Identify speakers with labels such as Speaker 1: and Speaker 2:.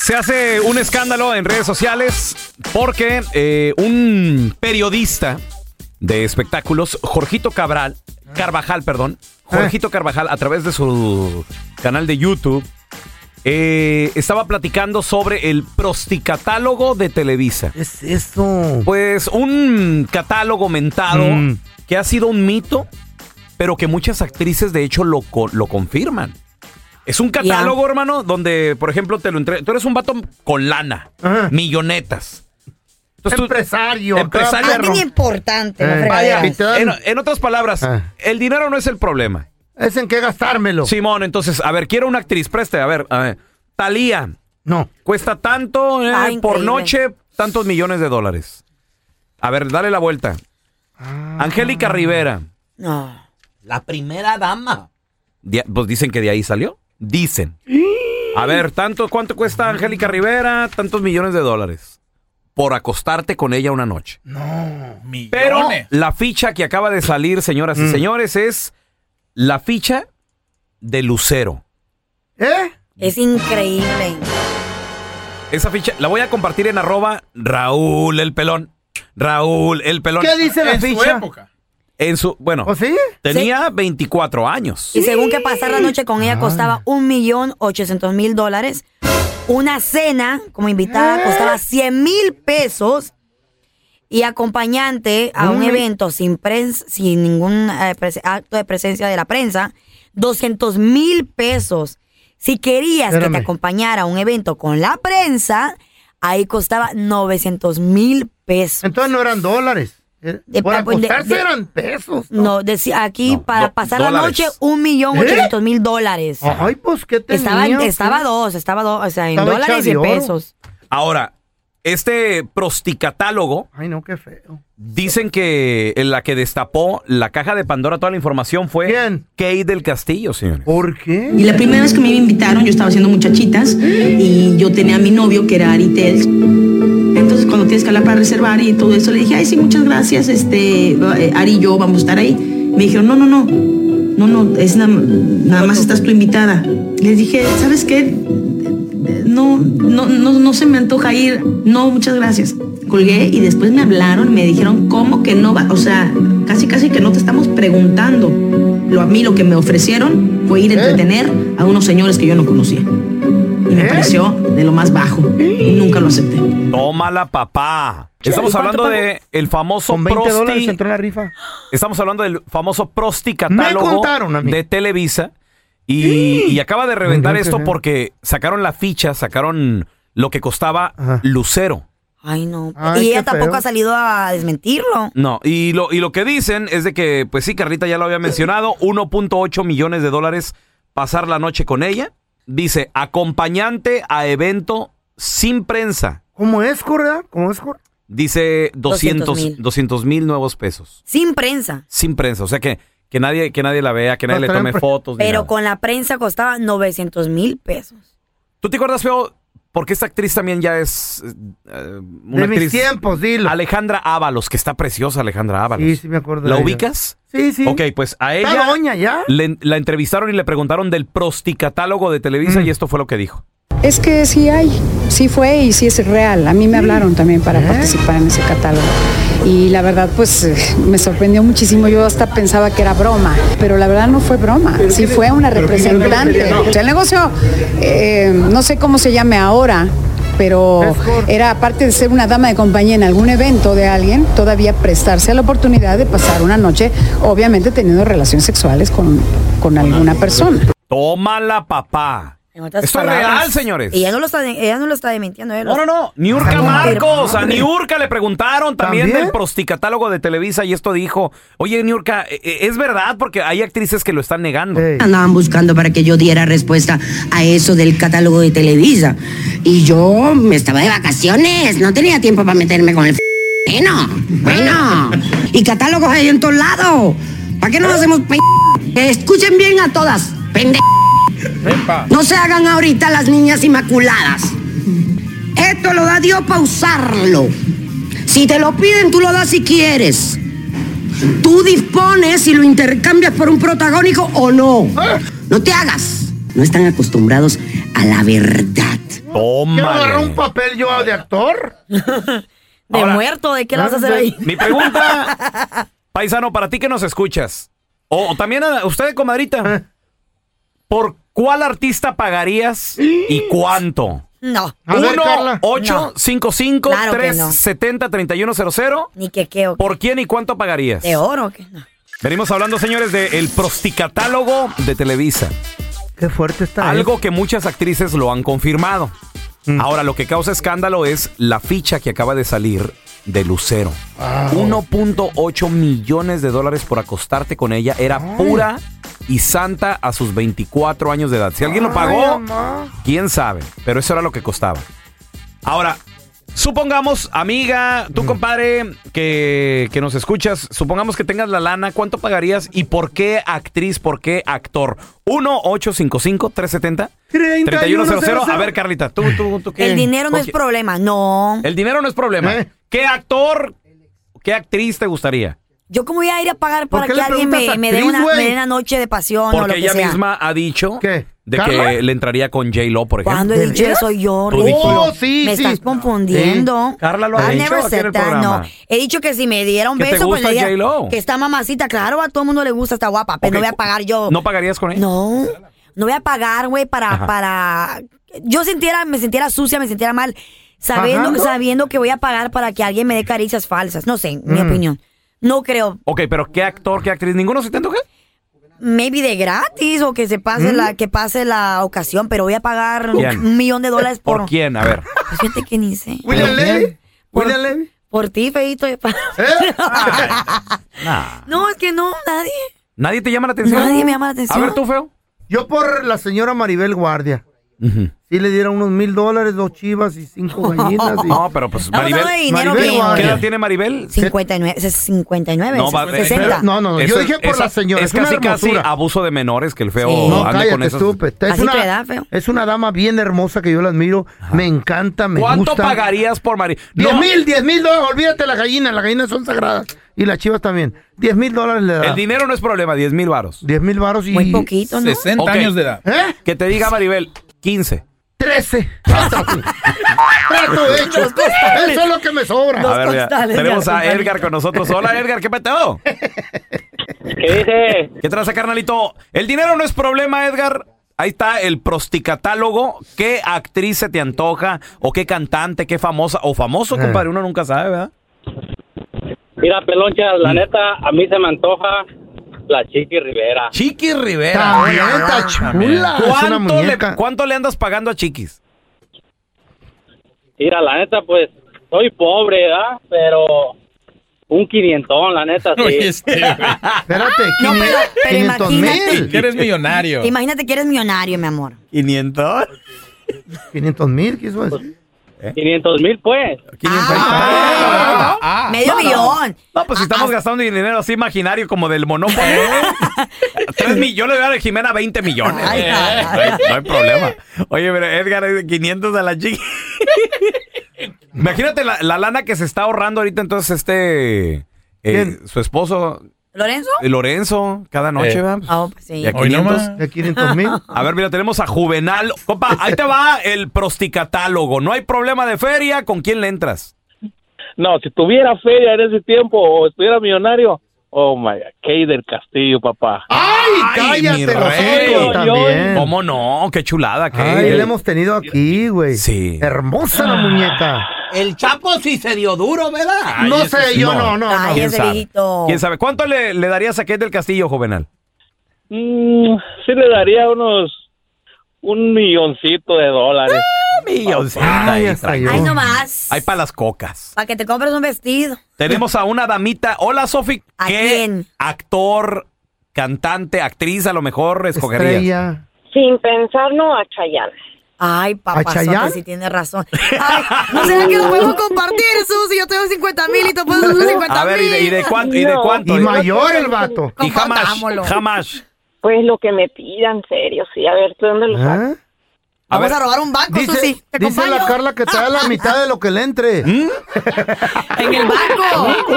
Speaker 1: Se hace un escándalo en redes sociales porque eh, un periodista de espectáculos, Jorgito Cabral, Carvajal, perdón, Jorgito Carvajal, a través de su canal de YouTube, eh, estaba platicando sobre el prosticatálogo de Televisa.
Speaker 2: Es eso.
Speaker 1: Pues un catálogo mentado
Speaker 2: Mm.
Speaker 1: que ha sido un mito, pero que muchas actrices de hecho lo, co- lo confirman. Es un catálogo, hermano, donde, por ejemplo, te lo entre... tú eres un vato con lana,
Speaker 2: Ajá.
Speaker 1: millonetas. Entonces tú-
Speaker 2: empresario.
Speaker 1: Empresario.
Speaker 2: acá, perro.
Speaker 3: Alguien importante. la
Speaker 2: Eh,
Speaker 3: fregadera.
Speaker 2: vaya.
Speaker 1: en, en otras palabras,
Speaker 2: Ah.
Speaker 1: el dinero no es el problema.
Speaker 2: Es en qué gastármelo.
Speaker 1: Simón, entonces, a ver, quiero una actriz, preste, a ver, a ver. Talía,
Speaker 2: No.
Speaker 1: cuesta tanto eh,
Speaker 3: Ah,
Speaker 1: por
Speaker 3: increíble.
Speaker 1: noche, tantos millones de dólares. A ver, dale la vuelta.
Speaker 2: Ah.
Speaker 1: Angélica Rivera.
Speaker 3: No.
Speaker 4: La primera dama.
Speaker 1: De- pues dicen que de ahí salió. Dicen. A ver, tanto, ¿cuánto cuesta Angélica Rivera? Tantos millones de dólares. Por acostarte con ella una noche. Pero la ficha que acaba de salir, señoras
Speaker 2: Mm.
Speaker 1: y señores, es la ficha de Lucero.
Speaker 2: ¿Eh?
Speaker 3: Es increíble.
Speaker 1: Esa ficha la voy a compartir en arroba Raúl el pelón. Raúl el pelón.
Speaker 2: ¿Qué dice la
Speaker 5: en su
Speaker 2: ficha?
Speaker 5: época.
Speaker 1: En su, bueno,
Speaker 2: ¿O sí?
Speaker 1: tenía 24 años.
Speaker 3: Y según que pasar la noche con ella costaba un millón ochocientos mil dólares. Una cena como
Speaker 2: Eh.
Speaker 3: invitada costaba 100 mil pesos. Y acompañante a
Speaker 2: Mm.
Speaker 3: un evento sin prensa, sin ningún eh, pres- acto de presencia de la prensa, 200 mil pesos. Si querías que
Speaker 2: Espérame.
Speaker 3: te acompañara a un evento con la prensa, ahí costaba 900 mil pesos.
Speaker 2: Entonces no eran dólares. Eh,
Speaker 3: De- pues,
Speaker 2: Por
Speaker 3: de-
Speaker 2: acostarse
Speaker 3: de-
Speaker 2: eran pesos.
Speaker 3: No, decía aquí
Speaker 1: No,
Speaker 3: para
Speaker 1: do-
Speaker 3: pasar la
Speaker 1: dólares.
Speaker 3: noche, un millón
Speaker 2: ¿Eh?
Speaker 3: ochocientos mil dólares.
Speaker 2: Ay, pues, ¿qué tenía?
Speaker 3: Estaba, estaba dos, estaba dos, o sea, en
Speaker 2: Estaba hecha
Speaker 3: dólares y
Speaker 2: de
Speaker 3: en
Speaker 2: oro.
Speaker 3: pesos.
Speaker 1: Ahora, este prosticatálogo
Speaker 2: Ay, no, qué feo.
Speaker 1: Dicen que en la que destapó la caja de Pandora toda la información fue
Speaker 2: ¿Quién?
Speaker 1: Kate del Castillo, señores.
Speaker 2: ¿Por qué?
Speaker 6: Y la primera vez que a mí me invitaron, yo estaba haciendo muchachitas y yo tenía a mi novio que era Aritel. Entonces cuando tienes que hablar para reservar y todo eso, le dije, ay sí, muchas gracias, este, eh, Ari y yo vamos a estar ahí. Me dijeron, no, no, no, no, no, es na- nada más estás tú invitada. Les dije, ¿sabes qué? No, no, no, no se me antoja ir. No, muchas gracias. Colgué y después me hablaron, me dijeron, ¿cómo que no va? O sea, casi casi que no te estamos preguntando. Lo, a mí lo que me ofrecieron fue ir a
Speaker 2: ¿Eh?
Speaker 6: entretener a unos señores que yo no conocía. Y me
Speaker 2: ¿Eh?
Speaker 6: pareció de lo más bajo. Y nunca lo acepté.
Speaker 1: Tómala, papá. Estamos
Speaker 2: ¿y cuánto
Speaker 1: hablando de el famoso
Speaker 2: Con 20 dólares
Speaker 1: prosti.
Speaker 2: entró en la rifa.
Speaker 1: Estamos hablando del famoso
Speaker 2: Me
Speaker 1: prosticatálogo
Speaker 2: contaron a mí.
Speaker 1: de Televisa. Y, y acaba de reventar
Speaker 2: Mira qué
Speaker 1: esto
Speaker 2: feo.
Speaker 1: porque sacaron la ficha, sacaron lo que costaba
Speaker 2: Ajá.
Speaker 1: Lucero.
Speaker 3: Ay, no.
Speaker 2: Ay,
Speaker 3: y
Speaker 2: qué
Speaker 3: ella tampoco
Speaker 2: feo.
Speaker 3: ha salido a desmentirlo.
Speaker 1: No, y lo, y lo que dicen es de que, pues sí, Carlita ya lo había mencionado, 1.8 millones de dólares pasar la noche con ella. Dice, acompañante a evento sin prensa.
Speaker 2: ¿Cómo es, Correa? ¿Cómo es, Correa?
Speaker 1: Dice 200
Speaker 3: 200,000.
Speaker 1: 200 mil nuevos pesos.
Speaker 3: Sin prensa.
Speaker 1: Sin prensa, o sea que, que, nadie, que nadie la vea, que nadie le
Speaker 2: No traen
Speaker 1: tome
Speaker 2: pre-
Speaker 1: fotos. ni
Speaker 3: Pero
Speaker 1: nada.
Speaker 3: con la prensa costaba 900 mil pesos.
Speaker 1: ¿Tú te acuerdas, Feo? Porque esta actriz también ya es eh, eh, una
Speaker 2: De mis
Speaker 1: actriz...
Speaker 2: tiempos, dilo.
Speaker 1: Alejandra Ábalos, que está preciosa Alejandra Ábalos.
Speaker 2: Sí, sí, me acuerdo. de
Speaker 1: ¿La
Speaker 2: ella.
Speaker 1: ubicas?
Speaker 2: Sí, sí.
Speaker 1: Ok, pues a ella...
Speaker 2: ¿Está doña ya?
Speaker 1: Le- la entrevistaron y le preguntaron del prosticatálogo de Televisa y esto fue lo que dijo.
Speaker 7: Es que sí hay, sí fue y sí Ah. es real. A mí me hablaron también para participar en ese catálogo. Y la verdad, pues eh, me sorprendió muchísimo. Yo hasta pensaba que era broma, pero la verdad no fue broma. Sí fue una representante. O sea, el negocio, eh, no sé cómo se llame ahora, pero era aparte de ser una dama de compañía en algún evento de alguien, todavía prestarse a la oportunidad de pasar una noche, obviamente teniendo relaciones sexuales con, con alguna persona.
Speaker 1: Tómala, papá.
Speaker 3: En otras
Speaker 1: Esto es
Speaker 3: palabras.
Speaker 1: real, señores.
Speaker 3: Ella no lo está, ella no lo está desmintiendo. ¿eh? ella lo-
Speaker 1: No, no, no. Niurka
Speaker 3: Ay,
Speaker 1: Marcos. A
Speaker 3: madre.
Speaker 1: Niurka le preguntaron también,
Speaker 2: ¿También?
Speaker 1: del prosticatálogo de Televisa y esto dijo, oye, Niurka, e- e- es verdad porque hay actrices que lo están negando.
Speaker 2: Ey.
Speaker 8: Andaban buscando para que yo diera respuesta a eso del catálogo de Televisa. Y yo me estaba de vacaciones, no tenía tiempo para meterme con el f- bueno, bueno. Y catálogos hay en todos lados. ¿Para qué no hacemos p-? Escuchen bien a todas, pende. No se hagan ahorita las niñas inmaculadas. Esto lo da Dios para usarlo. Si te lo piden, tú lo das si quieres. Tú dispones y lo intercambias por un protagónico o no. No te hagas. No están acostumbrados a la verdad.
Speaker 2: ¿Quiero
Speaker 1: Tómale.
Speaker 2: agarrar un papel yo de actor?
Speaker 3: De
Speaker 1: Ahora,
Speaker 3: muerto, ¿de qué le vas a hacer ahí?
Speaker 1: Mi pregunta, paisano, para ti que nos escuchas, o, o también a usted,
Speaker 2: Ah.
Speaker 1: comadrita, ¿por cuál artista pagarías y cuánto?
Speaker 3: No,
Speaker 2: A ver, Carla.
Speaker 1: 1-855-370-3100.
Speaker 3: ni que qué o qué.
Speaker 1: ¿Por quién y cuánto pagarías?
Speaker 3: ¿De oro o qué? No.
Speaker 1: Venimos hablando, señores, del prosticatálogo de Televisa.
Speaker 2: Qué fuerte está.
Speaker 1: Algo que muchas actrices lo han confirmado.
Speaker 2: Mm.
Speaker 1: Ahora, lo que causa escándalo es la ficha que acaba de salir de Lucero.
Speaker 2: Ah.
Speaker 1: 1.8 millones de dólares por acostarte con ella. Era pura y santa a sus 24 años de edad. Si alguien lo pagó, quién sabe. Pero eso era lo que costaba. Ahora, supongamos, amiga, tú compadre, que, que nos escuchas, supongamos que tengas la lana, ¿cuánto pagarías y por qué actriz, por qué actor? 1-855-370. 3100. A ver, Carlita, tú, tú, tú qué-
Speaker 3: El dinero no
Speaker 1: con
Speaker 3: es
Speaker 1: qui-
Speaker 3: problema, no.
Speaker 1: El dinero no es problema.
Speaker 2: ¿Eh?
Speaker 1: ¿Qué actor, qué actriz te gustaría?
Speaker 3: Yo como voy a ir a pagar
Speaker 2: ¿Por
Speaker 3: para
Speaker 2: qué
Speaker 3: que
Speaker 2: le
Speaker 3: alguien me,
Speaker 2: preguntas
Speaker 3: me dé
Speaker 2: actriz,
Speaker 3: una, me
Speaker 2: güey?
Speaker 3: dé una noche de pasión o lo
Speaker 1: Porque
Speaker 3: que
Speaker 1: ella
Speaker 3: sea.
Speaker 1: misma ha dicho
Speaker 2: ¿Qué?
Speaker 1: de
Speaker 2: ¿Carla?
Speaker 1: que le entraría con J-Lo, por ejemplo.
Speaker 3: Cuando he
Speaker 2: ¿De
Speaker 3: dicho
Speaker 2: veras?
Speaker 3: eso yo,
Speaker 1: Tú
Speaker 3: Ricky?
Speaker 1: dijiste.
Speaker 2: Oh, sí,
Speaker 3: me
Speaker 2: sí.
Speaker 3: estás confundiendo.
Speaker 1: Sí. ¿Eh? Carla lo ha
Speaker 3: I've
Speaker 1: dicho
Speaker 3: never
Speaker 1: aquí
Speaker 3: said
Speaker 1: en el
Speaker 3: that,
Speaker 1: programa.
Speaker 3: no. He dicho que si me diera un
Speaker 1: ¿Que te
Speaker 3: beso, pues
Speaker 1: gusta
Speaker 3: le diría
Speaker 1: J.Lo?
Speaker 3: que está mamacita. Claro, a todo el mundo le gusta, está guapa, pero
Speaker 1: Ok,
Speaker 3: "Pues, no voy a pagar yo.
Speaker 1: ¿No pagarías con ella?
Speaker 3: No, no voy a pagar, güey, para,
Speaker 1: Ajá.
Speaker 3: para. Yo sintiera, me sintiera sucia, me sintiera mal, sabiendo,
Speaker 2: ¿Pagando?
Speaker 3: sabiendo que voy a pagar para que alguien me dé caricias falsas. No sé,
Speaker 1: Mm.
Speaker 3: mi opinión. No creo.
Speaker 1: Ok, pero ¿qué actor, qué actriz? ¿Ninguno se te antoja?
Speaker 3: Maybe de gratis o que se pase la, que pase la ocasión, pero voy a pagar
Speaker 1: Mm. Bien.
Speaker 3: un millón de dólares por.
Speaker 1: ¿Por quién? A ver.
Speaker 3: Pues fíjate que ni sé.
Speaker 2: William
Speaker 1: ¿Por
Speaker 2: Levy.
Speaker 3: Por-
Speaker 2: William Levy.
Speaker 3: Por ti, feito.
Speaker 2: ¿Eh?
Speaker 1: Nah.
Speaker 3: No, es que no, nadie.
Speaker 1: ¿Nadie te llama la atención?
Speaker 3: Nadie me llama la atención.
Speaker 1: A ver, tú, feo.
Speaker 2: Yo por la señora Maribel Guardia. Sí le dieron unos mil dólares, dos chivas y cinco gallinas. y-
Speaker 1: No, pero pues
Speaker 3: Estamos
Speaker 1: Maribel.
Speaker 3: hablando de dinero
Speaker 2: Maribel
Speaker 3: bien,
Speaker 1: ¿Qué
Speaker 2: Guardia.
Speaker 1: edad
Speaker 3: güey.
Speaker 1: tiene Maribel?
Speaker 3: 59, se- 59,
Speaker 1: No,
Speaker 3: se-
Speaker 1: va-
Speaker 3: 60.
Speaker 2: No, no, no, yo
Speaker 1: Eso
Speaker 2: dije por
Speaker 1: esa-
Speaker 2: la señora,
Speaker 1: Es
Speaker 2: es una
Speaker 1: casi, casi
Speaker 2: hermosura.
Speaker 1: abuso de menores que el feo
Speaker 3: Sí.
Speaker 1: ande
Speaker 2: No,
Speaker 1: con
Speaker 2: cállate,
Speaker 1: esas.
Speaker 2: estúpida. Es
Speaker 3: Así te da,
Speaker 2: una,
Speaker 3: feo.
Speaker 2: es una dama bien hermosa que yo la admiro. Me encanta, me
Speaker 1: ¿Cuánto
Speaker 2: gusta.
Speaker 1: pagarías por Maribel?
Speaker 2: Diez
Speaker 1: No,
Speaker 2: mil, diez mil dólares. Olvídate las gallinas, las gallinas son sagradas. Y las chivas también. Diez mil dólares le
Speaker 1: El
Speaker 2: da.
Speaker 1: dinero no es problema, 10 mil varos.
Speaker 2: Diez mil baros y...
Speaker 3: Muy poquito, ¿no?
Speaker 5: 60
Speaker 1: Ok.
Speaker 5: años de edad.
Speaker 2: ¿Eh?
Speaker 1: Que te diga Maribel, 15.
Speaker 2: Trece. Trato hecho. Eso es lo que me sobra.
Speaker 1: a ver, mira,
Speaker 3: costales,
Speaker 1: tenemos
Speaker 3: ya,
Speaker 1: a
Speaker 3: compadre.
Speaker 1: Edgar con nosotros. Hola, Edgar, ¿qué peteo?
Speaker 9: ¿Qué dice?
Speaker 1: ¿Qué traza, carnalito? El dinero no es problema, Edgar. Ahí está el prosticatálogo. ¿Qué actriz se te antoja? ¿O qué cantante? ¿Qué famosa? O famoso,
Speaker 2: Eh.
Speaker 1: compadre. Uno nunca sabe, ¿verdad?
Speaker 9: Mira, Peloncha, la neta, a mí se me antoja la Chiqui Rivera.
Speaker 1: Chiqui Rivera.
Speaker 2: También está chula. Ah, Es una
Speaker 1: ¿Cuánto le,
Speaker 2: muñeca.
Speaker 1: cuánto le andas pagando a Chiquis?
Speaker 9: Mira, la neta, pues, soy pobre, ¿verdad? Pero un quinientón, la neta,
Speaker 5: Oye,
Speaker 9: sí.
Speaker 5: este, güey,
Speaker 2: Espérate,
Speaker 3: No, pero- pero
Speaker 2: 500
Speaker 3: imagínate.
Speaker 2: mil.
Speaker 5: que eres millonario.
Speaker 3: Imagínate que eres millonario, mi amor.
Speaker 1: 500.
Speaker 2: 500 mil, quiso decir.
Speaker 9: 500 mil, pues.
Speaker 3: Ah,
Speaker 5: Ah,
Speaker 3: medio millón.
Speaker 1: No, pues si estamos gastando dinero así imaginario como del Monopoly. Tres millones, yo le voy a dar a Jimena 20 millones.
Speaker 3: Ay,
Speaker 1: Eh,
Speaker 3: ay,
Speaker 1: no, hay, no hay problema. Oye, pero Edgar, es de 500 a la chica. Imagínate la, la lana que se está ahorrando ahorita entonces este... eh,
Speaker 2: ¿Quién?
Speaker 1: su esposo,
Speaker 3: ¿Lorenzo?
Speaker 1: eh, Lorenzo, cada noche,
Speaker 5: Eh.
Speaker 1: ¿verdad?
Speaker 3: Ah, oh, pues sí.
Speaker 1: Ya-
Speaker 5: Hoy
Speaker 1: 500.
Speaker 5: nomás.
Speaker 2: De 500 mil.
Speaker 1: A ver, mira, tenemos a Juvenal. Compa, ahí te va el prosticatálogo. No hay problema de feria. ¿Con quién le entras?
Speaker 9: No, si tuviera feria en ese tiempo o estuviera millonario, oh my God, Kay del Castillo, papá.
Speaker 2: ¡Ay,
Speaker 1: mi
Speaker 2: cállate! Los
Speaker 1: rey.
Speaker 2: otros también.
Speaker 1: ¿Cómo no? Qué chulada. Qué...
Speaker 2: Ay, la hemos tenido aquí, güey.
Speaker 1: Sí.
Speaker 2: Hermosa la muñeca.
Speaker 4: El Chapo sí se dio duro, ¿verdad?
Speaker 2: no sé, yo no, no, no.
Speaker 3: Ay,
Speaker 1: ¿Quién
Speaker 3: ese
Speaker 1: sabe?
Speaker 3: viejito.
Speaker 1: ¿Quién sabe? ¿Cuánto le, le darías a Kate del Castillo, Juvenal?
Speaker 9: Mm, sí le daría unos un milloncito de dólares.
Speaker 1: Milloncita.
Speaker 2: Ay,
Speaker 1: Ahí,
Speaker 2: hasta yo.
Speaker 3: Ay, nomás.
Speaker 1: Hay para las cocas.
Speaker 3: Para que te compres un vestido.
Speaker 1: Tenemos a una damita. Hola, Sofi.
Speaker 3: ¿A
Speaker 1: ¿Qué
Speaker 3: quién?
Speaker 1: actor, cantante, actriz a lo mejor escogerías?
Speaker 2: Estrella.
Speaker 10: Sin pensar, no a Chayanne.
Speaker 3: Ay, papá,
Speaker 2: Chayanne?
Speaker 3: sí tienes razón. Ay, ¿no será que lo podemos compartir, Susi? Yo tengo 50 mil y tú puedes hacer 50
Speaker 1: A ver, ¿y de, y de cuánto? ¿Y de
Speaker 10: No.
Speaker 1: cuánto?
Speaker 2: Y mayor el vato.
Speaker 1: Y jamás,
Speaker 3: Compartámoslo.
Speaker 1: jamás.
Speaker 10: Pues lo que me pidan, serio, sí. A ver, ¿tú dónde lo sacas?
Speaker 2: ¿Ah?
Speaker 1: A
Speaker 3: Vamos
Speaker 1: ver.
Speaker 3: a robar un banco, Susi.
Speaker 2: Dice,
Speaker 3: Te
Speaker 2: dice
Speaker 3: acompaño
Speaker 2: la Carla que trae la mitad de lo que le entre.
Speaker 3: en el banco.